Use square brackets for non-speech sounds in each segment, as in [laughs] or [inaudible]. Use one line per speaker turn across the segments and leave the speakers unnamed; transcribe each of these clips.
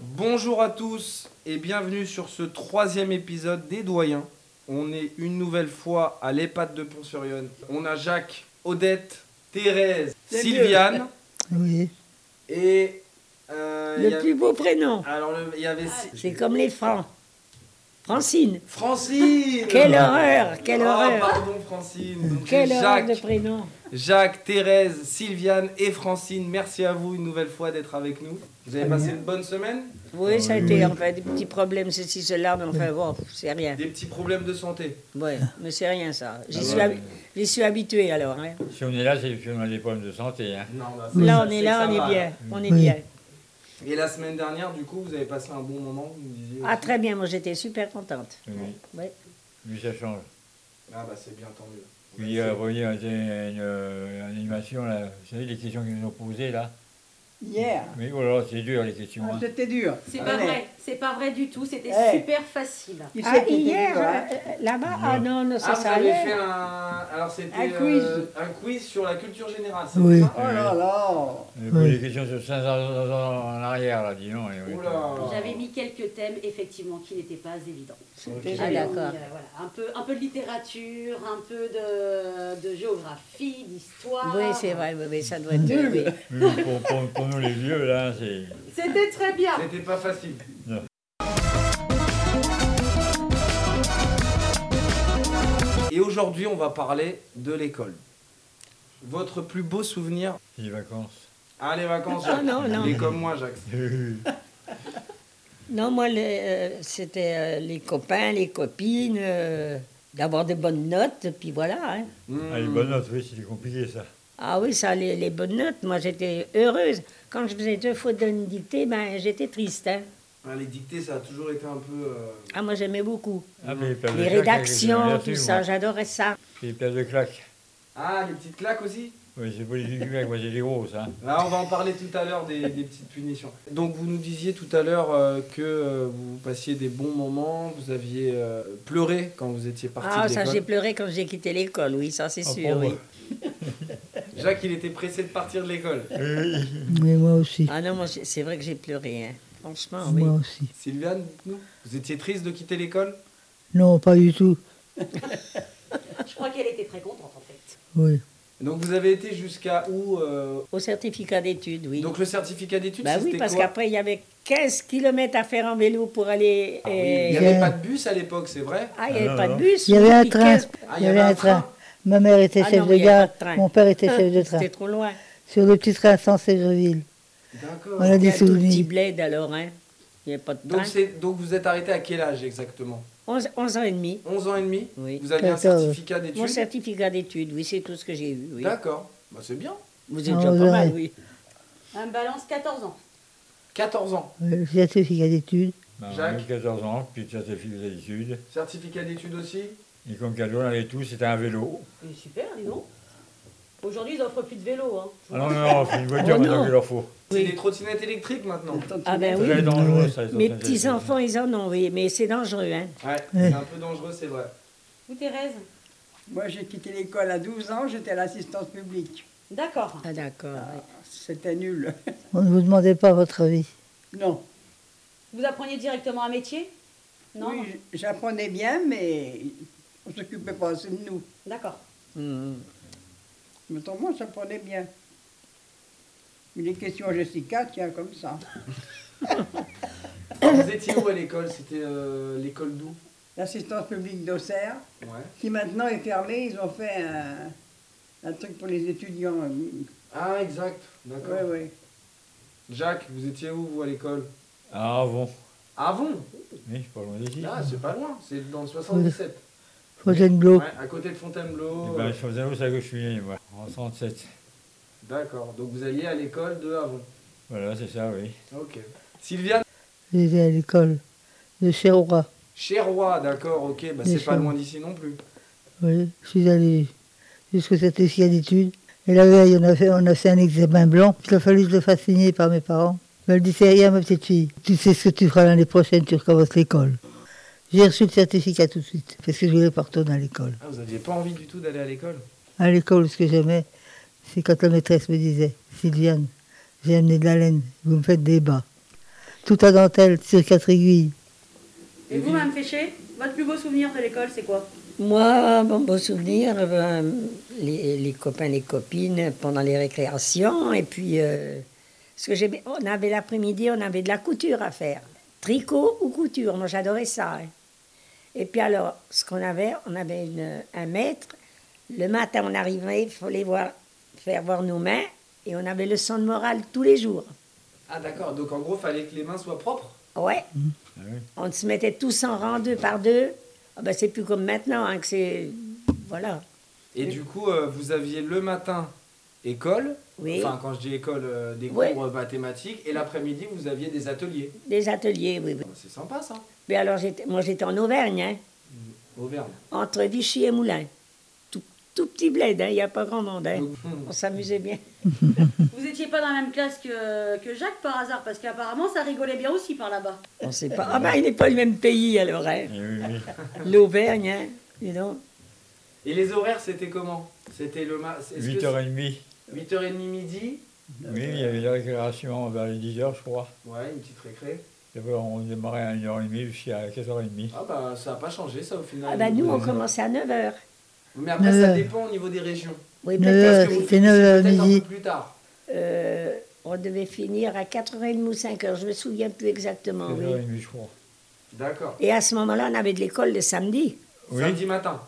Bonjour à tous et bienvenue sur ce troisième épisode des Doyens. On est une nouvelle fois à l'EHPAD de Pont-sur-Yonne. On a Jacques, Odette, Thérèse,
C'est
Sylviane
Oui.
et... euh, il y
Le
a-
plus beau prénom,
Alors le- il y avait...
c'est comme les francs. Francine.
Francine
Quelle horreur, quelle
Oh,
horreur.
pardon Francine. Donc,
Quelle horreur
Jacques,
de prénom.
Jacques, Thérèse, Sylviane et Francine, merci à vous une nouvelle fois d'être avec nous. Vous avez
Très
passé
bien.
une bonne semaine Oh,
Oui, ça a été enfin des petits problèmes, ceci, cela, mais enfin bon, c'est rien.
Des petits problèmes de santé
Ouais, mais c'est rien ça. J'y
Ah
suis,
ouais.
hab- j'y suis habituée alors. hein.
Si on est là, c'est parce qu'on a des problèmes de santé. hein.
Non, bah, c'est-
Là, on
c'est
est
que
là,
ça
on
va.
est bien. On est
Oui.
bien.
Et la semaine dernière, du coup, vous avez passé un bon moment, vous me disiez
Ah,
aussi.
très bien, moi j'étais super contente.
Oui.
Ouais.
Mais ça change.
Ah bah c'est bien, tant mieux.
Puis, euh, vous voyez, on était une, euh, une animation, là. Vous savez, les questions qu'ils nous ont posées, là.
Hier,
Mais oh là, là, c'est dur, les questions.
Ah,
hein.
Ah, c'était dur.
C'est pas
Allez.
vrai, c'est pas vrai du tout, c'était
Eh.
super facile.
Il
Ah,
sait que t'étais
hier,
dur, hein.
euh, là-bas, ah non, non, ça,
ah, vous
ça
avez
allait.
fait un... Alors c'était
Un quiz.
euh, un quiz sur la culture générale, c'est
Oui.
ça
Oh là là
Et puis, Euh, les questions sur 500 ans en arrière, là, dis donc. et oui.
Oula.
J'avais mis quelques thèmes, effectivement, qui n'étaient pas évidents.
C'était
Ah,
J'avais
dur.
d'accord.
mis, euh, voilà, un, peu, un peu de littérature, un peu de, de géographie, d'histoire.
Oui, c'est vrai, oui, oui, ça doit être.
Nul.
oui.
Oui, oui, pour, pour- pour nous, les vieux, là, c'est...
C'était très bien.
C'était pas facile.
Non.
Et aujourd'hui, on va parler de l'école. Votre plus beau souvenir
c'est les [laughs] vacances.
Ah, les vacances.
Ah,
Jacques.
non, non.
Il est comme moi, Jacques.
Non, moi, les, euh, c'était euh, les copains, les copines, euh, d'avoir de bonnes notes, puis voilà. hein.
Hmm.
Ah, les bonnes notes, oui, c'était compliqué, ça.
Ah oui, ça, les, les bonnes notes, moi, j'étais heureuse. Quand je faisais deux fautes d'une dictée, ben, j'étais triste. hein.
Ah, les dictées, ça a toujours été un peu. euh,
Ah, moi, j'aimais beaucoup.
Ah, mais les,
Les rédactions, tout ça, j'adorais ça.
Les paires de claques.
Ah, les petites claques aussi
Oui, c'est pas les yeux du mec, moi, c'est les grosses, hein.
Là, on va en parler tout à l'heure des, des petites punitions. Donc, vous nous disiez tout à l'heure euh, que euh, vous passiez des bons moments, vous aviez euh, pleuré quand vous étiez parti
Ah,
de
ça, j'ai
l'école.
pleuré quand j'ai quitté l'école, oui, ça, c'est
Ah,
sûr,
pauvre.
oui.
Jacques, il était pressé de partir de l'école.
Mais moi aussi.
Ah non, moi, j'ai- c'est vrai que j'ai pleuré, hein. franchement, oui.
Moi aussi.
Sylviane, dites-nous, vous étiez triste de quitter l'école
Non, pas du tout.
Je crois qu'elle était très contente, en fait.
Oui.
Donc, vous avez été jusqu'à où euh,
Au certificat d'études, oui.
Donc, le certificat d'études,
bah
c'était
oui, parce
quoi
qu'après, il y avait 15 km à faire en vélo pour aller...
Ah oui, Il n'y
euh,
avait
Euh,
pas de bus à l'époque, c'est vrai
Ah, il n'y avait
Ah,
pas
non,
de bus.
Il y avait un
puis
train.
15
Ah,
Il y avait un train. Ma mère était
Ah
chef
non,
de
il y avait
gare.
pas de train. Ah,
Mon père était chef de train.
C'était trop loin.
Sur le petit train sans Ségreville.
D'accord.
On a des
C'était un tout petit
souvenirs.
bled alors, hein. Il n'y avait pas de train.
Donc, c'est- donc, vous êtes arrêté à quel âge exactement
11, ans et demi.
11 ans et demi
Oui.
Vous aviez un
Quatorze.
certificat d'études
Mon certificat d'études, oui, c'est tout ce que j'ai eu. Oui.
D'accord. Bah, c'est bien.
Vous êtes
Ah,
déjà
on
pas mal,
verrait.
oui.
Elle me balance 14 ans.
14 ans.
Le certificat d'études.
Bah, on
Jacques.
a eu 14 ans, puis ça s'est filé d'études.
Certificat d'études aussi
Et comme cadeau, on avait tous, c'était un vélo.
Mais Euh, super, dis donc. Aujourd'hui, ils offrent plus de vélo. Hein.
Ah non, non, non, c'est une voiture
Oh
maintenant
non.
qu'il leur faut.
C'est des trottinettes électriques maintenant.
Ah ben
C'est
oui.
très dangereux, ça. les
Mes
trottinettes
petits-enfants, ils en ont, oui, mais c'est dangereux, hein.
Ouais, c'est un peu dangereux, c'est vrai.
Vous, Thérèse
Moi, j'ai quitté l'école à 12 ans, j'étais à l'assistance publique.
D'accord.
Ah d'accord. oui.
C'était nul. [laughs]
On ne vous demandait pas votre avis.
Non.
Vous appreniez directement un métier Non
Oui, j'apprenais bien, mais on s'occupait pas assez de nous.
D'accord.
Hmm.
Mais autrement, moi, j'apprenais bien. Mais les questions à Jessica, tiens, comme ça.
Vous étiez où à l'école C'était euh, l'école d'où
L'assistance publique d'Auxerre,
Ouais.
qui maintenant est fermée, ils ont fait un, un truc pour les étudiants. euh,
Ah, exact.
Oui,
D'accord.
oui.
Jacques, vous étiez où, vous, à l'école
Ah bon,
Avon
oui, c'est pas loin d'ici.
Ah, c'est pas loin. C'est dans le 77.
Fontainebleau.
Ouais, à côté de
Eh
Fontainebleau.
ben,
euh,
je faisais où ça que je suis né, moi, en 37.
D'accord. Donc vous alliez à l'école de Avon.
Voilà, c'est ça, oui.
Ok. Sylviane
J'étais à l'école de Chérois.
Chérois, d'accord, ok. Bah,
Des
c'est pas
Chérois.
loin d'ici non plus.
Oui. Je suis allé jusqu'au certificat d'études. Et la veille, on a, fait, on a fait un examen blanc. Il a fallu que je le fasse signer par mes parents. Mais elle dit, c'est rien, ma petite fille. Tu sais ce que tu feras l'année prochaine, tu recommences l'école. J'ai reçu le certificat tout de suite, parce que je voulais pas retourner à l'école.
Ah, vous aviez pas envie du tout d'aller à l'école
À l'école, ce que j'aimais, c'est quand la maîtresse me disait Sylviane, j'ai amené de la laine, vous me faites des bas. tout à dentelle, sur quatre aiguilles.
Et vous, Mme Féché, votre plus beau souvenir de l'école, c'est quoi
Moi, mon beau souvenir, eh ben, les, les copains, les copines pendant les récréations. Et puis, euh, ce que j'aimais, on avait l'après-midi, on avait de la couture à faire. Tricot ou couture, moi j'adorais ça. hein. Et puis alors, ce qu'on avait, on avait une- un maître. Le matin, on arrivait, il fallait voir, faire voir nos mains. Et on avait leçon de morale tous les jours.
Ah d'accord, donc en gros, fallait que les mains soient propres
Ouais.
Ah oui.
On se mettait tous en rang deux par deux. Ah ben, c'est plus comme maintenant, hein, que c'est. Voilà.
Et du coup, euh, vous aviez le matin école,
Oui.
enfin quand je dis école, euh, des
Ouais.
cours mathématiques, et l'après-midi, vous aviez des ateliers.
Des ateliers, oui. oui.
Ah, C'est sympa ça,
Mais alors, j'étais- moi, j'étais en Auvergne, hein,
Auvergne.
entre Vichy et Moulins. Tout, tout petit bled, hein, il n'y a pas grand monde. hein.
Donc, hmm.
On s'amusait bien.
Vous n'étiez pas dans la même classe que, que Jacques par hasard, parce qu'apparemment, ça rigolait bien aussi par là-bas.
On sait pas. Ah ben, il n'est pas le même pays, alors. hein.
Et oui, oui.
L'Auvergne, hein, dis donc.
Et les horaires, c'était comment C'était le ma... est-ce que
8h30.
c'est- 8h30 midi
Oui, il y avait la récréation vers les 10h, je crois.
Ouais, une petite récré.
D'abord, on démarrait à 1h30 jusqu'à 4h30.
Ah bah ça n'a pas changé ça au final.
Ah ben, nous, on commençait à 9h.
Mais après, ça
Euh.
dépend au niveau des régions.
Oui,
Neuf
peut-être.
Parce
heures.
que vous
c'est neuf heures
finissez peut-être un
midi.
peu plus tard.
euh, on devait finir à 4h30 ou 5h. Je ne me souviens plus exactement. oui.
4h30, je crois.
D'accord.
Et à ce moment-là, on avait de l'école le samedi,
Oui.
Samedi matin.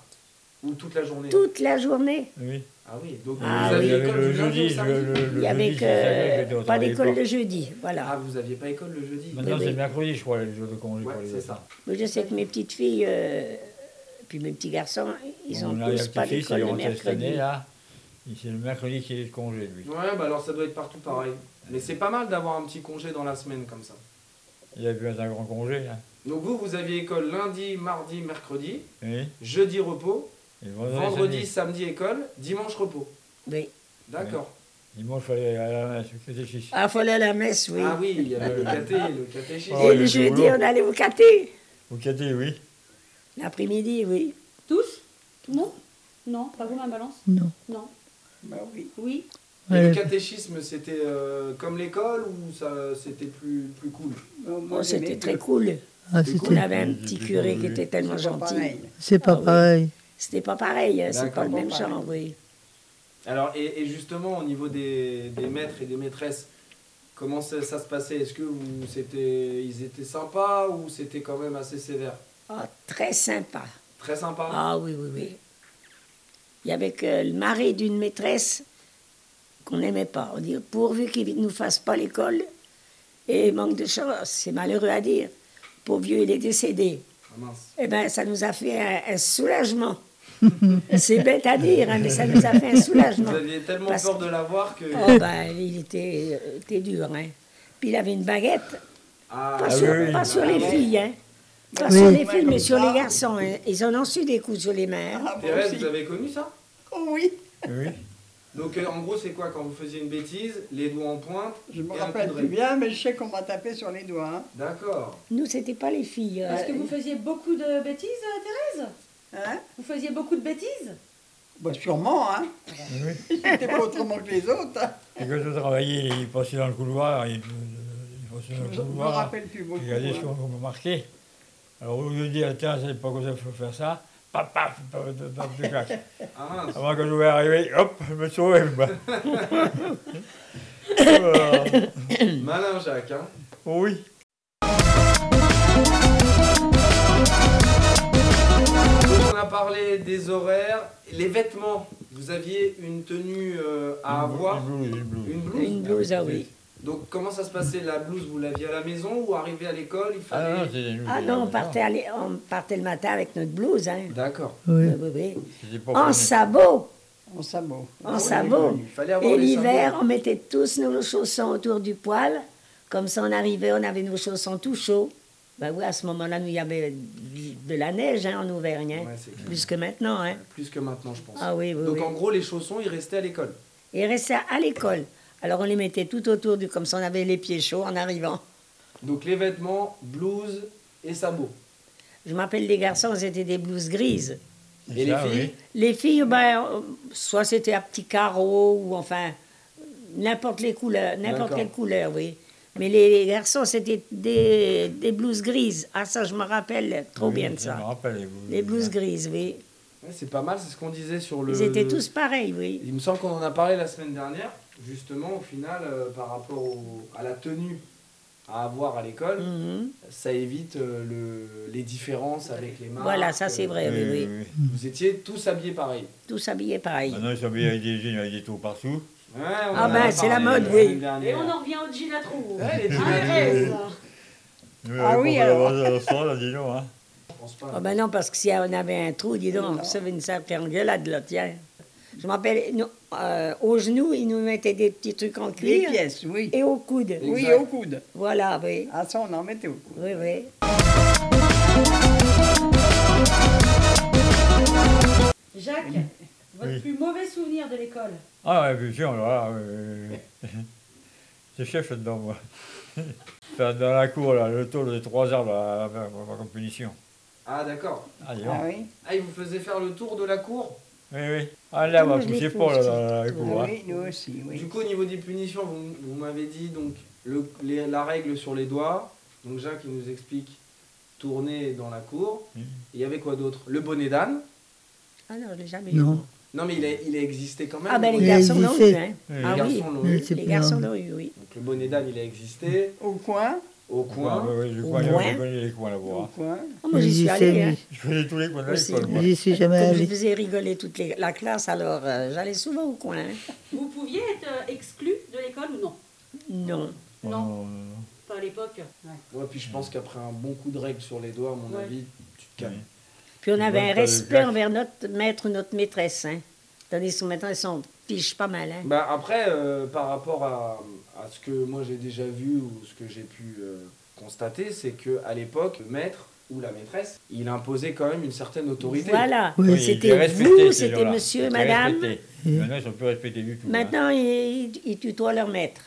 Ou toute la journée.
toute la journée.
Oui.
Ah oui, donc
Ah
vous
il
aviez
y avait
école
le
du lundi au
jeudi.
samedi.
Le, le,
Il
le
n'y avait
jeudi, c'est ça que j'étais, on
que pas
travaillait
d'école
pas.
le jeudi. Voilà.
Ah, vous aviez pas école le jeudi
Maintenant,
Oui,
c'est
oui.
le mercredi, je crois, les jours de congé.
Ouais,
pour les
c'est
enfants.
ça.
Mais je sais que mes petites filles, euh, puis mes petits garçons, ils
Mon
n'ont
arrière
tous pas
petit-fils,
d'école
il
le
rentre cette année, hein.
mercredi.
là. Et C'est le mercredi qui est le congé, lui.
Ouais, bah alors ça doit être partout pareil. Mais c'est pas mal d'avoir un petit congé dans la semaine comme ça.
Il a pu être un grand congé, hein. là.
Donc vous, vous aviez école lundi, mardi, mercredi,
Oui.
jeudi repos,
Et
vendredi, samedi école, dimanche repos.
Oui.
D'accord.
Dimanche, il fallait aller à la messe, au catéchisme.
Ah, fallait à la messe, oui.
Ah oui, il y avait le caté, le catéchisme.
Ah,
Et le
le
jeudi,
boulot.
on allait au caté.
Au caté, oui.
L'après-midi, oui.
Tous Tout le monde Non, pas vous, Mme Balance
Non.
Non.
Bah oui.
Oui.
Et le
Ouais.
catéchisme, c'était euh, comme l'école ou ça, c'était plus, plus cool
Bon,
Bon,
Bah, moi,
Oh, c'était
j'aimais
très
tout.
cool.
Ah,
On
c'était-
avait un petit curé qui était tellement
C'est pas
gentil.
pareil.
c'est
Ah
pas
oui.
pareil.
C'était pas pareil, hein, c'est
D'accord,
pas le
pas
même
pareil.
genre, oui.
Alors, et, et justement, au niveau des, des maîtres et des maîtresses, comment ça, ça se passait Est-ce que vous, c'était, ils étaient sympas ou c'était quand même assez sévère
Ah, très sympa.
Très sympa.
Ah oui, oui, oui. Il y avait que le mari d'une maîtresse qu'on n'aimait pas. On dit, pourvu qu'il ne nous fasse pas l'école, et manque de chance, c'est malheureux à dire. Pourvu, il est décédé.
Ah, mince.
Eh bien, ça nous a fait un,
[laughs]
un soulagement. c'est bête à dire, hein, mais ça nous a fait un
Vous
soulagement.
aviez tellement
Parce
peur
que-
de l'avoir que.
Oh ben, il était, euh, était dur, hein. Puis il avait une baguette,
Ah,
pas,
oui,
sur,
oui.
pas sur les
Ah,
filles, hein. Pas
Oui.
sur les filles, mais sur les garçons. hein. Ils en ont su des coups sur les mains. hein.
Ah, moi
Thérèse,
aussi.
vous avez connu ça
Oh oui,
Oui.
Donc, euh, en gros, c'est quoi Quand vous faisiez une bêtise, les doigts en pointe
je me
et un
rappelle
coup de
plus
règle.
bien, mais je sais qu'on m'a tapé sur les doigts. hein.
D'accord.
Nous, c'était pas les filles. euh,
Parce que vous faisiez beaucoup de bêtises, euh, Thérèse
Hein
Vous faisiez beaucoup de bêtises
Bah sûrement, hein.
oui.
C'était pas autrement que les autres. hein.
Et quand je travaillais, il passait dans le couloir, il, euh, il passait dans le
Je me
couloir,
rappelle plus
il
beaucoup.
regardait ce
hein.
qu'on qu'on me marquait. Alors au lieu de dire, tiens, c'est pas comme ça qu'il faut faire ça, paf, paf, paf, paf, paf, je claque.
Ah, mince.
Avant que je voulais arriver, hop, je me sauvais,
[laughs]
moi. Alors,
Malin, Jacques. Hein
Euh, oh oui.
Donc, on a parlé des horaires, les vêtements. Vous aviez une tenue euh, à
Une
avoir
blouse, une blouse.
Une blouse
Une blouse, ah oui.
Donc comment ça se passait La blouse, vous l'aviez à la maison ou arrivé à l'école Il
Ah non,
fallait.
c'était une blouse.
Ah non, on partait, aller, on partait le matin avec notre blouse. Hein.
D'accord.
Oui,
Oui.
oui, oui.
C'était pas
En
connu.
sabot,
En sabot.
en sabot.
Ah Il fallait avoir
Et
les
l'hiver,
sabots.
on mettait tous nos chaussons autour du poêle. Comme ça, on arrivait, on avait nos chaussons tout chauds. Ben oui, à ce moment-là, nous, il y avait de la neige hein, en Auvergne. hein.
Ouais, c'est clair.
Plus que maintenant. Hein.
Plus que maintenant, je pense.
Ah oui, oui,
Donc
oui.
en gros, les chaussons, ils restaient à l'école.
Et restait à l'école. Alors, on les mettait tout autour du... Comme ça, on avait les pieds chauds en arrivant.
Donc les vêtements, blouse et sabots.
Je m'appelle les garçons, c'était des blouses grises.
Et
Ça,
les
oui.
filles
Les filles, ben, euh, soit c'était à petits carreaux, ou enfin, euh, n'importe les couleurs, n'importe
D'accord.
quelle couleur, oui. Mais les garçons, c'était des, des blouses grises. Ah, ça, je me rappelle trop
Oui,
bien de
Je me
ça.
rappelle les blouses.
Les blouses grises, oui.
Ouais, c'est pas mal, c'est ce qu'on disait sur le.
Ils étaient tous pareils, oui.
Il me semble qu'on en a parlé la semaine dernière, justement, au final, euh, par rapport au- à la tenue à avoir à l'école,
Mhm.
ça évite euh, le, les différences avec les marques.
Voilà, ça, c'est vrai.
Oui,
oui, oui.
oui, oui.
Vous étiez tous habillés pareil.
Tous habillés pareil.
Maintenant, ils sont habillés avec des jeans, avec des trous partout.
Ouais, on
Ah
en a
ben, c'est
parlé
la mode,
semaine
oui.
Et
dernière.
on en revient au jean à trous.
euh, Ouais, les jeans à trous.
Arrête, ça.
Ah oui, alors.
alors. Là, dis donc, hein.
Je pense pas.
Ah ben non, parce que si on avait un trou, dis donc, ça venait ça faire une gueulade, là, tiens. Je m'appelle, nous, euh, aux genoux, ils nous mettaient des petits trucs en
Les
cuir
pièces, oui.
et au coude.
Et-
Oui,
Exact.
au coude.
Voilà, oui.
Ah ça, on en mettait au coude.
Oui, oui.
Jacques, votre
Oui.
plus mauvais souvenir de l'école
Ah ouais, bien sûr, là, oui, oui,
[laughs]
oui. C'est chef dedans, moi. [laughs] Enfin, dans la cour, là, le tour des trois arbres, là, là, là, comme punition.
Ah d'accord.
Ah, dis donc.
Ah oui,
Ah, ils vous faisaient faire le tour de la cour
Oui, oui. Ah, là, on
Moi,
va
je l'ai
pousser
fait
fort, là,
aussi.
dans la cour.
Ah
hein.
oui, nous aussi, oui.
Du coup, au niveau des punitions, vous, vous m'avez dit donc le- les- la règle sur les doigts. Donc Jacques, il nous explique tourner dans la cour.
Mhm.
Il y avait quoi d'autre Le bonnet d'âne.
Ah non, je l'ai jamais eu.
Non.
Non, mais il a, il a existé quand même.
Ah ben les
le
Il a
garçons l'ont eu,
existé.
hein.
Oui.
Ah
Les
oui,
garçons l'ont
Oui,
eu.
c'est
les
bien.
garçons l'ont eu, oui.
Donc le bonnet d'âne, il a existé.
Au coin,
Au
Ah,
coin.
oui, oui, je
Au
connais- je
moins.
connais les coins, là-bas.
au
hein.
coin.
Ah, moi, j'y
J'y
suis allée,
sais,
hein.
Je faisais tous les coins de
Aussi.
l'école, moi.
J'y suis jamais
Comme je
allée.
faisais rigoler toute les- la classe, alors euh, j'allais souvent au coin. hein.
Vous pouviez être euh, exclu de l'école ou non
Non.
Oh,
Non.
non, non, non.
Pas à l'époque.
Ouais, puis je pense qu'après un bon coup de règle sur les doigts, à mon
Ouais.
avis, tu te calmes.
Puis on
Ils
avait
veulent
un
pas de
respect
claque.
envers notre maître ou notre maîtresse. Hein. Tandis que maintenant, ils sont fichent pas mal. Hein.
Bah après, euh, par rapport à, à ce que moi j'ai déjà vu ou ce que j'ai pu euh, constater, c'est que à l'époque, le maître ou la maîtresse, il imposait quand même une certaine autorité.
Voilà.
Oui,
Oui, ils étaient
c'était
respectés,
vous,
ces
c'était
gens-là. Ils
monsieur,
étaient
madame.
respectés. Maintenant, ils sont plus respectés du tout. hein.
Maintenant, ils, ils- ils tutoient leur maître.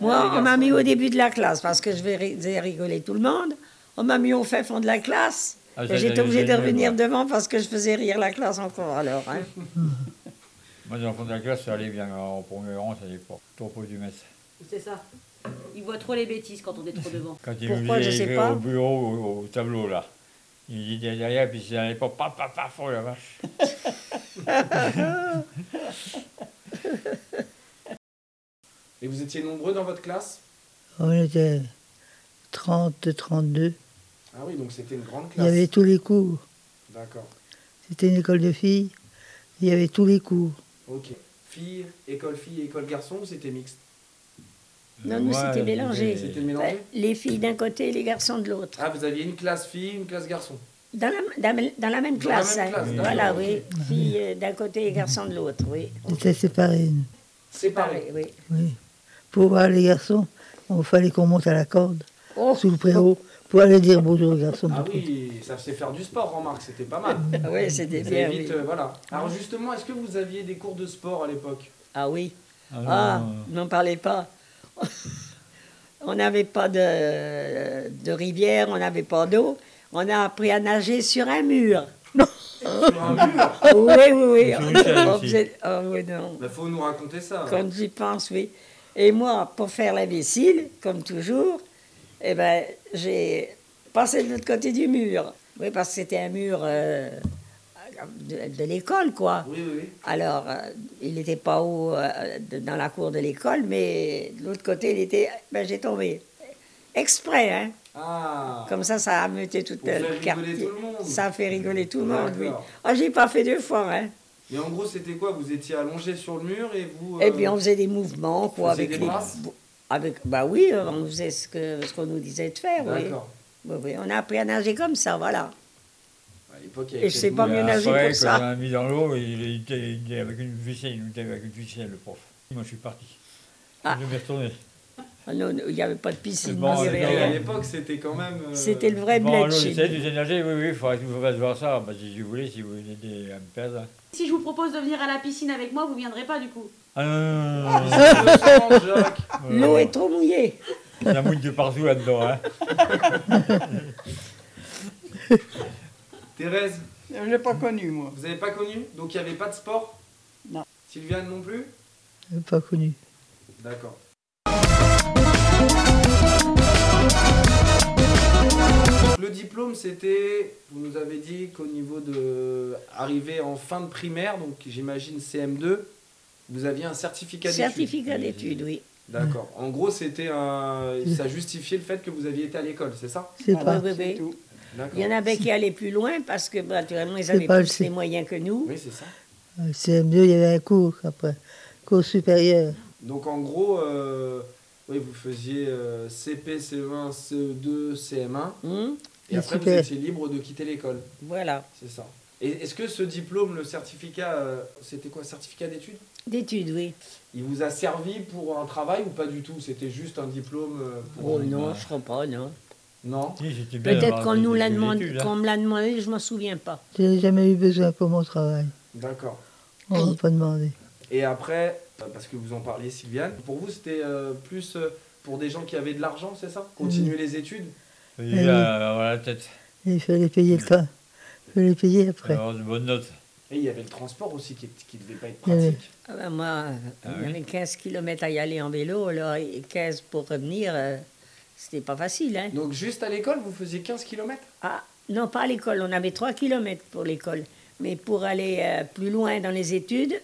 Moi,
Ah, les
on m'a
garçons.
mis au début de la classe parce que je vais ri- faisais rigoler tout le monde. On m'a mis au fin fond de la classe.
Ah, ça,
Et J'étais
j'avais
obligée de
jamais,
revenir
moi.
devant parce que je faisais rire la classe encore alors. hein.
Moi, dans le fond de la classe, ça allait bien. mais En premier rang, ça allait pas. Trop près du maître.
C'est ça. Ils voient trop les bêtises quand on est trop devant.
Quand il
Pourquoi,
me
je
disait
sais
écrire
pas.
au bureau, au, au tableau, là. Il me disait derrière, puis c'est à l'époque, paf, paf, paf, oh la vache.
Et vous étiez nombreux dans votre classe
On était 30, 32.
Ah oui, donc c'était une grande
Il
classe.
y avait tous les cours.
D'accord.
C'était une école de filles. Il y avait tous les cours.
Ok. Filles, école filles, école garçons, ou c'était mixte
Non, nous,
Moi,
c'était mélangé.
C'était mélangé
Ouais, Les filles d'un côté et les garçons de l'autre.
Ah, vous aviez une classe fille, une classe garçon.
Dans la, dans- dans la même
Dans la
classe.
même
hein.
classe,
Voilà,
d'accord.
oui. Filles euh, d'un côté et garçons de l'autre, oui.
On était séparés. nous.
Séparés.
oui.
Oui. Pour voir les garçons, il fallait qu'on monte à la corde,
Oh,
sous le préau, pour aller dire bonjour aux garçons.
Ah oui, ça faisait faire du sport, remarque, c'était pas
[laughs]
mal.
oui, c'était
Vous avez
bien.
vite,
oui.
euh, voilà. Alors justement, est-ce que vous aviez des cours de sport à l'époque
[laughs] Ah oui.
non,
Ah,
non, non.
n'en parlez pas. [laughs] on n'avait pas de, de rivière, on n'avait pas d'eau. On a appris à nager sur un mur.
Sur un mur
Oui, oui, oui.
Sur une
[laughs]
chaîne
On
aussi.
faisait- ah oui, non.
Il faut nous raconter ça.
Quand j'y pense, oui. Et moi, pour faire l'imbécile, comme toujours, eh ben, j'ai passé de l'autre côté du mur. Oui, parce que c'était un mur euh, de, de l'école, quoi.
Oui, oui, oui.
Alors, euh, il n'était pas haut euh, de- dans la cour de l'école, mais de l'autre côté, il était. Ben, j'ai tombé. Exprès, hein.
Ah
Comme ça, ça a muté toute
Pour faire
le
rigoler
quartier.
tout le monde.
Ça a fait rigoler tout le monde, oui.
D'accord.
Ah, j'ai pas fait deux fois, hein.
Mais en gros, c'était quoi Vous étiez allongé sur le mur et vous...
Et
euh,
puis Eh on faisait des mouvements, quoi,
faisiez
avec
des
les.
brasses
Avec, bah oui, euh, on faisait ce que ce qu'on nous disait de faire, oui.
D'accord.
Oui, oui, On a appris à nager comme ça, voilà.
À l'époque, il y
Et je sais
quelques-
pas
Mais
mieux nager
après,
que
quand
ça.
on l'a mis dans l'eau, il, il était, il était avec une ficelle, il était avec une ficelle, le prof. Moi, je suis parti.
Ah.
Je vais retourner.
Ah non, non, il n'y avait pas de piscine,
Bon,
il y avait
Et
d'accord.
à
rien.
l'époque, c'était quand même... euh,
C'était le vrai
Bon,
bled
l'eau,
chez
il s'est
nous.
dit, j'ai nagé, oui, oui, il faudrait que vous fassiez voir ça. Bah, si vous voulez, si vous voulez aider à me perdre. hein.
Si je vous propose de venir à la piscine avec moi, vous viendrez pas du coup.
Ah non, non, non, non, non,
Heureusement, Jacques.
non.
L'eau est trop mouillée.
Ça mouille de partout là-dedans. Hein.
Thérèse,
Je l'ai Euh, pas connu, moi.
vous n'avez pas connu Donc il n'y avait pas de sport
Non.
Sylviane non plus
Pas connu.
D'accord. Le diplôme, c'était, vous nous avez dit qu'au niveau de arrivé en fin de primaire, donc j'imagine CM2, vous aviez un certificat d'études.
Certificat d'études, oui.
D'accord. En gros, c'était un, ça justifiait le fait que vous aviez été à l'école, c'est ça
C'est
Ah,
pas.
oui, oui,
C'est
oui.
tout.
D'accord.
Il y en avait qui allaient plus loin parce que, bah, naturellement, ils avaient
pas
plus
aussi.
les moyens que nous.
Oui, c'est ça.
Au CM2, il y avait un cours après, cours supérieur.
Donc en gros, euh, oui, vous faisiez euh, CP, CE1, CE2, CM1,
Hum,
et
Et
après vous
super.
étiez libre de quitter l'école,
Voilà,
c'est ça. Et est-ce que ce diplôme, le certificat, euh, c'était quoi, certificat d'études
d'études, oui.
Il vous a servi pour un travail ou pas du tout C'était juste un diplôme euh, pour...
Oh non, je crois pas, non.
Non
Si, j'étais bien
Peut-être
d'avoir
qu'on
des-
nous l'a
des
demandé,
études, hein.
qu'on me l'a demandé, je m'en souviens pas.
Je n'ai jamais eu besoin pour mon travail.
D'accord.
On m'a pas demandé.
Et après, euh, parce que vous en parliez, Sylviane, pour vous, c'était euh, plus euh, pour des gens qui avaient de l'argent, c'est ça
Mhm.
Continuer les études
Ah
Faut y aller, euh, voilà, peut-être.
Et il fallait payer le temps. Il fallait payer après.
Avoir de bonnes notes.
Et il y avait le transport aussi qui ne devait pas être
Oui, oui.
pratique.
Ah ben, moi,
Ah
il y
oui.
avait 15 km à y aller en vélo, alors et 15 pour revenir, euh, c'était pas facile. Hein.
Donc juste à l'école, vous faisiez 15 km
Ah, non, pas à l'école, on avait 3 km pour l'école. Mais pour aller euh, plus loin dans les études,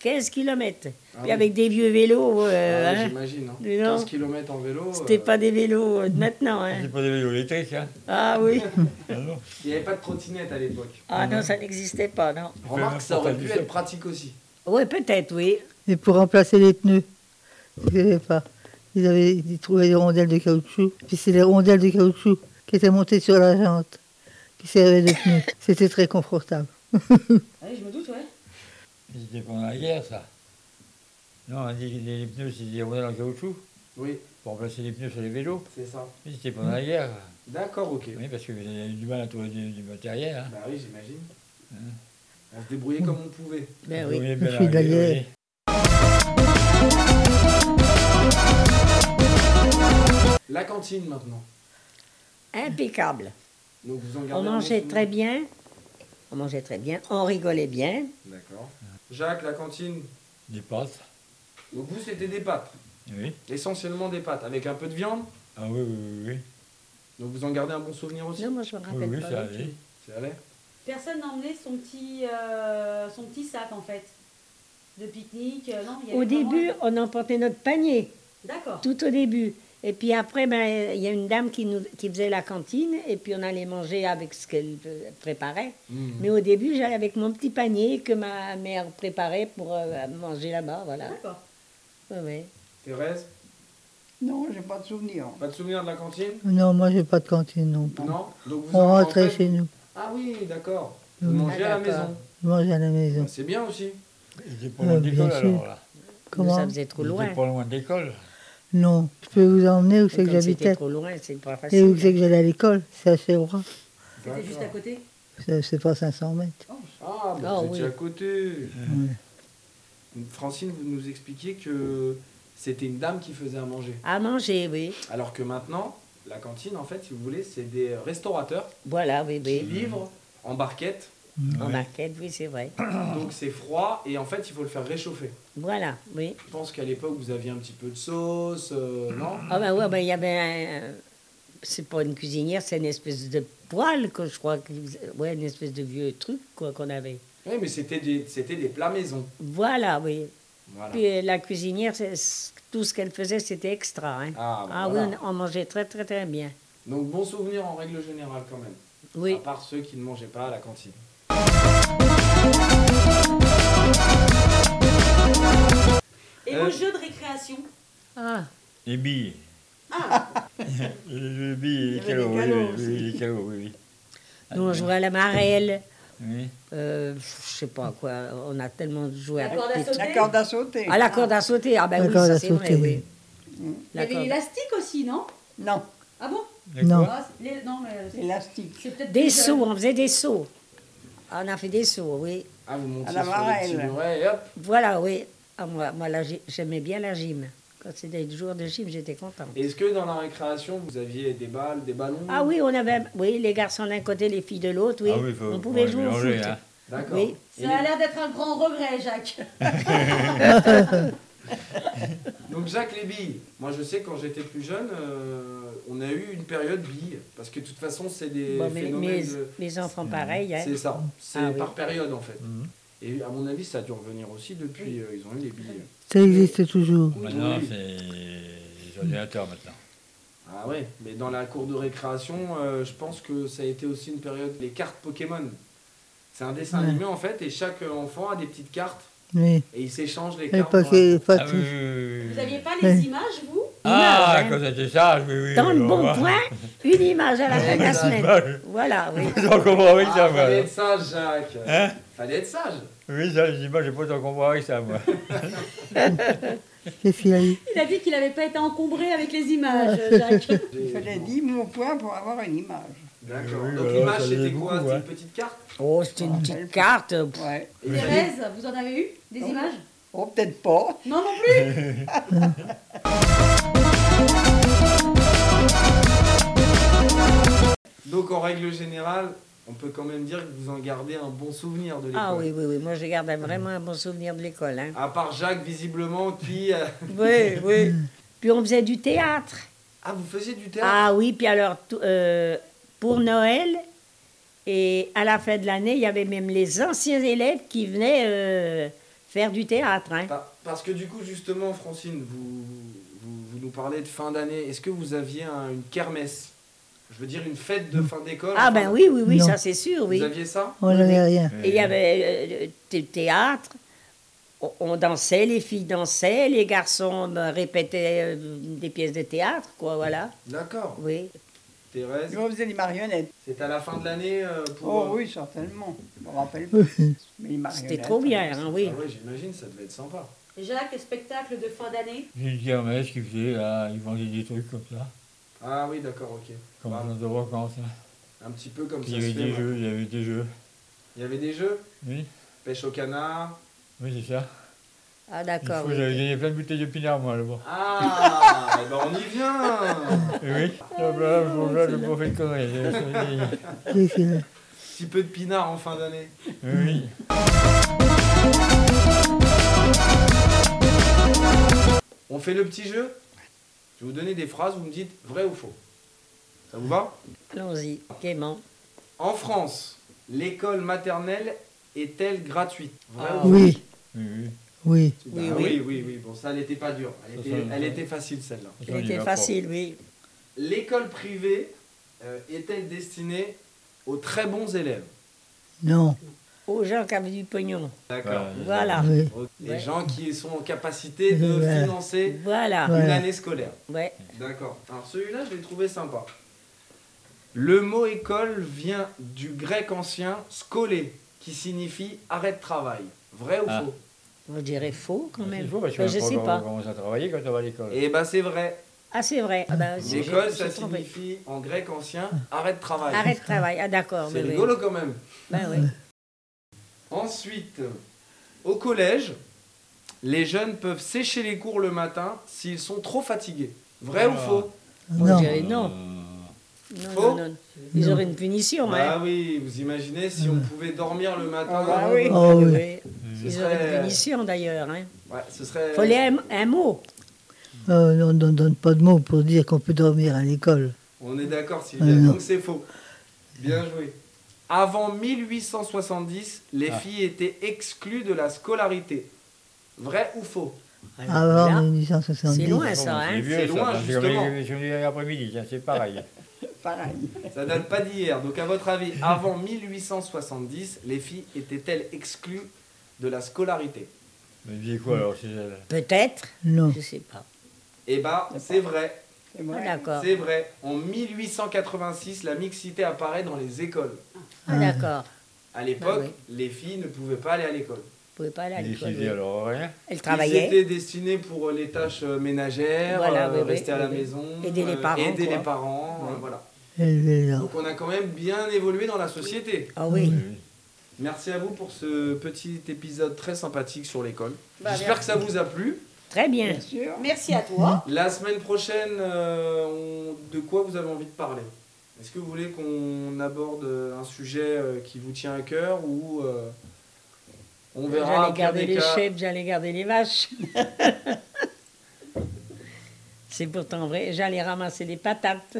15 km.
Ah
Puis
oui.
avec des vieux vélos,
Ah
euh,
ouais,
hein,
J'imagine. hein.
Dis donc.
15 km en vélo.
c'était
euh,
pas des vélos euh, de maintenant. Hein.
[laughs] C'est pas des vélos électriques, hein.
Ah oui,
Ah non.
Il n'y avait pas de trottinette à l'époque.
ah non, ça n'existait pas, non.
Remarque, ça aurait pu
Ouais.
être pratique aussi.
Oui, peut-être, oui.
Et pour remplacer les pneus, ils n'avaient pas. Ils avaient ils trouvaient des rondelles de caoutchouc. Puis c'est les rondelles de caoutchouc qui étaient montées sur la jante, qui servaient de pneus. C'était très confortable.
Ah oui, je me doute, ouais.
C'était pendant la guerre, ça. Non, on dit que les, les pneus, c'est des rondelles en caoutchouc
Oui,
pour remplacer les pneus sur les vélos.
c'est ça.
Mais C'était pendant
Mm.
la guerre.
D'accord, ok.
Oui, parce que vous avez eu du mal à trouver du, du matériel. Hein.
Bah oui, j'imagine.
Hein.
On se débrouillait comme on pouvait.
Ben
Vous
oui.
voyez bien
Je suis de la
arriver,
guerre.
oui.
La cantine maintenant.
Impeccable.
Donc vous en gardez
On
un bon
mangeait
souvenir.
très bien. On mangeait très bien. On rigolait bien.
D'accord. Jacques, la cantine.
Des pâtes.
Donc vous, c'était des pâtes.
Oui.
Essentiellement des pâtes, avec un peu de viande.
Ah oui, oui, oui.
Donc vous en gardez un bon souvenir aussi.
Non, moi, je me
Oui, oui,
rappelle
oui,
pas.
ça
du tout.
allait.
C'est allé
Personne n'a emmené son petit, euh, son petit sac, en fait, de pique-nique. euh, non, il y
Au
avait vraiment-
début, on emportait notre panier,
D'accord.
tout au début. Et puis après, ben, il y a une dame qui, nous, qui faisait la cantine, et puis on allait manger avec ce qu'elle euh, préparait.
Mmh.
Mais au début, j'allais avec mon petit panier que ma mère préparait pour euh, manger là-bas, voilà.
D'accord.
Ouais, ouais.
Thérèse,
Non, j'ai pas de souvenir.
pas de souvenir de la cantine
Non, moi, j'ai pas de cantine non plus.
Non Donc vous
On
en- en
rentrait
fait-
chez nous.
Ah oui, d'accord. Vous
Oui.
mangez à la
Ah, d'accord.
maison.
On mangeait à la
Bah,
maison.
C'est bien aussi.
C'était pas loin
Euh,
de
bien
l'école,
sûr. Mm.
alors. Là.
Nous, ça
Comment
faisait trop
C'était
loin.
pas loin de l'école. Ah
Non. Je peux vous emmener où c'est que
Comme C'était
j'habitais
trop loin, c'est pas
et où c'est
facile.
que j'allais à l'école. C'est à Chevrois.
C'était juste à côté.
C'est c'est pas 500 mètres.
Ah, bah,
Ah,
vous étiez
oui.
à côté. Francine, vous nous expliquiez que c'était une dame qui faisait à manger.
À manger, oui.
Alors que maintenant, la cantine, en fait, si vous voulez, c'est des restaurateurs
Voilà, oui,
qui
oui.
livrent en barquette.
En
Ouais.
marquette, oui, c'est vrai.
Donc c'est froid et en fait, il faut le faire réchauffer.
Voilà, oui.
Je pense qu'à l'époque, vous aviez un petit peu de sauce, euh, non
Ah ben ouais, ben il y avait un... C'est pas une cuisinière, c'est une espèce de poêle, que je crois. que- Ouais, une espèce de vieux truc, quoi, qu'on avait.
Oui, mais c'était des, c'était des plats maison.
Voilà, oui.
Voilà.
Puis euh, la cuisinière, c'est- c'est- tout ce qu'elle faisait, c'était extra. Hein.
Ah, bah,
Ah
voilà.
oui, on, on mangeait très, très, très bien.
Donc bon souvenir en règle générale quand même.
Oui.
À part ceux qui ne mangeaient pas à la cantine.
Et
Euh.
vos jeux de récréation
bah.
Ah,
Les billes.
Ah,
[laughs] Les billes, les
Il y avait
calots,
des
oui,
calots
oui, oui, les calots, oui,
Ah.
nous, on jouait à la marelle.
oui. oui.
Euh, je sais pas quoi. On a tellement joué
la
avec
corde à
des trucs.
La
sauter.
corde à sauter.
À la corde à sauter. Ah ben
La
oui,
corde
ça
à
c'est vrai,
sauter.
oui.
Il y
La
avait
corde.
l'élastique aussi, non
Non,
Ah bon
Non.
Ah, c'est- les- Non, mais c'est-
élastique.
c'est peut-être
Des
plus jeune.
sauts, on faisait des sauts. Ah, on a fait des sauts, oui.
Ah, vous montiez
À la
sur les petits
marelle.
murets et hop.
Voilà, oui. Ah, moi, moi, la gy- j'aimais bien la gym. Quand c'était le jour de gym, j'étais contente.
Est-ce que dans la récréation, vous aviez des balles, des ballons
Ah oui, on avait, oui, les garçons d'un côté, les filles de l'autre, oui.
Ah oui, faut-
on pouvait
faut
jouer au
mélanger,
foot.
hein.
D'accord.
Oui.
Et
Ça a
les-
l'air d'être un grand regret, Jacques.
Donc Jacques, les billes. Moi, je sais, quand j'étais plus jeune, euh, on a eu une période billes. Parce que de toute façon, c'est des
Bon, mes,
phénomènes...
mes-
de-
mes enfants, pareil. hein.
C'est ça. C'est
Ah oui.
par période, en fait.
Mhm.
Et à mon avis, ça a dû revenir aussi depuis. euh, ils ont eu les billes.
Ça existe toujours.
Maintenant,
Oui.
c'est les ordinateurs maintenant.
Ah ouais, mais dans la cour de récréation, euh, je pense que ça a été aussi une période. Les cartes Pokémon. C'est un dessin
Ouais.
animé en fait, et chaque euh, enfant a des petites cartes, et
Oui.
euh, ils s'échangent les
Mais
cartes.
pas
dans la-
que, pas
Ah,
tous.
oui, oui, oui,
Vous
oui.
n'aviez pas
Oui.
les images, vous
Ah,
Image, hein.
quand c'était ça, oui, oui.
Dans le
on
bon
va- [laughs]
point, une image à la fin de la
Exact.
semaine.
Image.
Voilà, oui.
Donc, on va avec
Ah,
ça,
fallait
moi.
être sage, Jacques.
Hein
Fallait être sage.
Oui, ça, les images, j'ai pas tant qu'on voit avec ça, moi.
Qu'est-ce qu'il y a eu
Il a dit qu'il n'avait pas été encombré avec les images,
Euh.
Jacques.
[laughs]
Il fallait 10 mots au point pour avoir une image.
D'accord.
Oui,
Donc
voilà,
l'image,
ça
c'était
faisait
quoi
beaucoup,
C'était
hein.
une petite carte
Oh, c'est une petite carte. pff,
Ouais.
Thérèse, vous en avez eu des images
Oh, peut-être pas.
Non, non
[laughs]
plus
Donc en règle générale, on peut quand même dire que vous en gardez un bon souvenir de l'école.
Ah oui, oui, oui. Moi, je garde vraiment un bon souvenir de l'école. Hein.
À part Jacques, visiblement, qui.
[laughs]
euh,
Oui, oui. Puis on faisait du théâtre.
Ah, vous faisiez du théâtre
Ah oui, puis alors, tout- euh, pour Noël, et à la fin de l'année, il y avait même les anciens élèves qui venaient euh, faire du théâtre. hein.
Pa- Parce que du coup, justement, Francine, vous, vous, vous nous parlez de fin d'année. Est-ce que vous aviez un- une kermesse Je veux dire, une fête de fin d'école
Ah ben oui, oui, oui,
Non.
ça c'est sûr,
Vous
oui.
aviez ça
On n'avait rien.
Et il y avait euh, le théâtre, on, on dansait, les filles dansaient, les garçons ben, répétaient euh, des pièces de théâtre, quoi, voilà.
D'accord.
Oui.
Thérèse,
On faisait les marionnettes.
c'est à la fin de l'année euh, pour.
Oh
euh,
oui, certainement. Je me
[laughs]
rappelle pas.
Moi,
Mais les marionnettes. euh,
C'était trop bien, hein, oui.
Ah ouais, j'imagine, ça devait être sympa.
Jacques, spectacle de fin d'année
J'ai une kermesse qui faisait, là, ils vendaient des trucs comme ça,
Ah oui, d'accord, ok.
comme
Ah,
un de vacances. hein.
un petit peu comme ça.
Il y avait
se fait,
des
ouais.
jeux, il y avait des jeux.
Il y avait des jeux
Oui,
Pêche au canard.
oui, c'est ça.
Ah
Une
d'accord.
fois,
oui.
J'avais gagné plein de bouteilles de pinard, moi, là-bas.
Ah [laughs] eh ben on y vient
Et oui, là, là, là, bon, là, j'ai pas fait de conneries. j'ai- j'ai-
Qu'est-ce qu'il y a
Petit peu de pinard en fin d'année.
Oui,
On fait le petit jeu Je vais vous donner des phrases, vous me dites vrai ou faux. Ça vous va
Allons-y, gaiement.
En France, l'école maternelle est-elle gratuite Vrai
Ah.
ou faux
Oui,
oui, oui.
oui.
Bah
Oui,
oui,
oui.
oui, oui, Bon, ça, elle n'était pas dure. Elle
Ça,
était,
ça,
elle
ça.
était facile, celle-là.
On y
C'était
va,
facile, oui.
L'école privée euh, est-elle destinée aux très bons élèves
Non.
Aux gens qui avaient du pognon.
D'accord.
Ouais.
Voilà.
Oui.
Donc, Les
Ouais.
gens qui sont en capacité de
Ouais.
financer
Voilà.
Ouais.
une année scolaire.
Ouais.
D'accord. Alors celui-là, je l'ai trouvé sympa. Le mot école vient du grec ancien scolé, qui signifie arrêt de travail. Vrai ou
Ah.
faux
Moi, je dirais faux quand
C'est
même.
faux, bah, parce que
Ben, je sais pas.
On commence à travailler quand on va à l'école.
Eh ben c'est vrai.
Ah, c'est vrai. Ah, ben, j'ai-
L'école,
j'ai-
ça
j'ai trouvé.
signifie en grec ancien arrêt de travail.
Arrêt de travail. Ah, d'accord.
C'est
oui, oui.
rigolo quand même.
Ben oui.
Ensuite, au collège, les jeunes peuvent sécher les cours le matin s'ils sont trop fatigués. Vrai ou
Ah.
faux
Moi,
Non.
je
Euh,
dirais non. Non,
Faux
non, non. Ils auraient une punition,
Bah
hein.
oui, vous imaginez si on pouvait dormir le matin.
Ah bah oui.
Oh oui.
Ils
Ce
auraient
serait-
une punition d'ailleurs. Hein.
Ouais, ce serait.
Faut les un, un mot.
Ah, non, on ne donne pas de mots pour dire qu'on peut dormir à l'école.
On est d'accord, Sylvia.
Ah non.
Donc c'est faux. Bien joué. Avant 1870, les
Ah.
filles étaient exclues de la scolarité. Vrai ou faux
Ah, Avant
Ah, Là,
1870.
c'est loin. Ouais,
Bon,
ça, hein.
C'est vieux,
C'est
ça,
loin,
parce que
justement.
comme les- sur les après-midi, tiens,
[laughs]
c'est pareil.
Pareil.
Ça date pas d'hier. Donc à votre avis, avant 1870, les filles étaient-elles exclues de la scolarité
Mais dis quoi alors c'est elle
peut-être.
Non.
Je sais pas.
Eh ben, c'est vrai.
C'est
Ah,
vrai.
d'accord.
C'est vrai. En 1886, la mixité apparaît dans les écoles.
Ah, d'accord.
À l'époque,
Ah
les filles ne pouvaient pas aller à l'école.
Vous pouvez pas aller à
Elle
l'école.
décidait
oui. [laughs]
alors rien.
Elle
Ils
travaillait.
étaient destinés pour euh, les tâches euh, ménagères,
Voilà,
euh,
oui, oui,
rester à
oui,
la
oui.
maison,
Aider les
euh,
parents,
aider
quoi.
les parents, euh, voilà.
Élevé là.
Donc on a quand même bien évolué dans la société.
Ah oui.
Oui.
Merci à vous pour ce petit épisode très sympathique sur l'école.
Bah,
J'espère que ça vous a plu.
Très bien.
Bien sûr.
Merci à toi.
La semaine prochaine, euh, on- de quoi vous avez envie de parler Est-ce que vous voulez qu'on aborde euh, un sujet euh, qui vous tient à cœur ou euh, on verra au
Bah, J'allais
pire
garder
des
les
cas
chèvres, j'allais garder les vaches. [laughs] C'est pourtant vrai. J'allais ramasser des patates.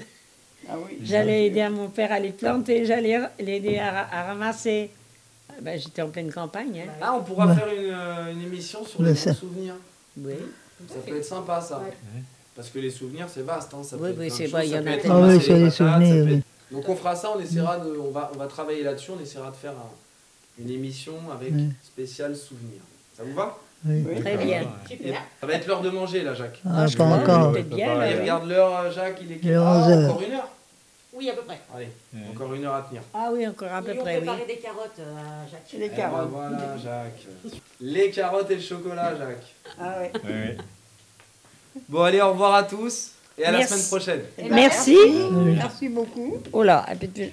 Ah oui.
J'allais aider à mon père à les planter. J'allais ra- l'aider à, ra- à ramasser. Ah ben, J'étais en pleine campagne. hein.
Là, on pourra
Ouais.
faire une, euh, une émission sur
Mais
les
ça-
bons souvenirs.
Oui.
Ça peut être sympa, ça.
Ouais.
Parce que les souvenirs, c'est vaste. Hein. Ça peut
Oui,
être
oui,
plein de
c'est
choses.
vrai, il y
Ça
en
peut
a
être
tellement.
ramasser
Ah oui, sur
des
les
patates, ça
souvenirs,
peut
oui.
être- Donc, on fera ça, on essaiera de. On va, on va travailler là-dessus, on essaiera de faire un- une émission avec
Oui.
spécial souvenirs. Ça vous va
Oui.
Oui.
Très bien.
Et-
Super.
Ça va être l'heure de manger, là, Jacques.
Ah,
je
pas
crois.
encore.
Peut-être bien,
Allez,
là, oui.
regarde l'heure, euh, Jacques, il est
Il est
Ah,
11 heures.
Encore une heure
Oui, à peu près.
Allez,
Ouais.
encore une heure à tenir.
Ah oui, encore à peu
Ils ont
près, oui.
préparé des carottes, euh, Jacques.
Les
Eh ben
carottes.
voilà, Jacques. Les carottes et le chocolat, Jacques.
Ah ouais.
Ouais, ouais.
Bon, allez, au revoir à tous et à
Merci.
la semaine prochaine.
Eh ben,
Merci.
Merci beaucoup.
Oh là, un peu de-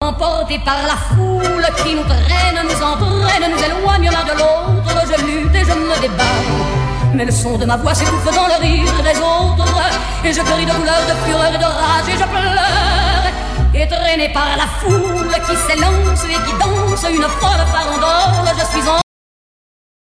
Emportés par la foule qui nous traîne, nous entraîne, nous éloigne l'un de l'autre, je lutte et je me débat. Mais le son de ma voix s'étouffe dans le rire des autres, et je crie de douleur, de fureur et de rage, et je pleure. Et traîné par la foule qui s'élance et qui danse, une folle farandole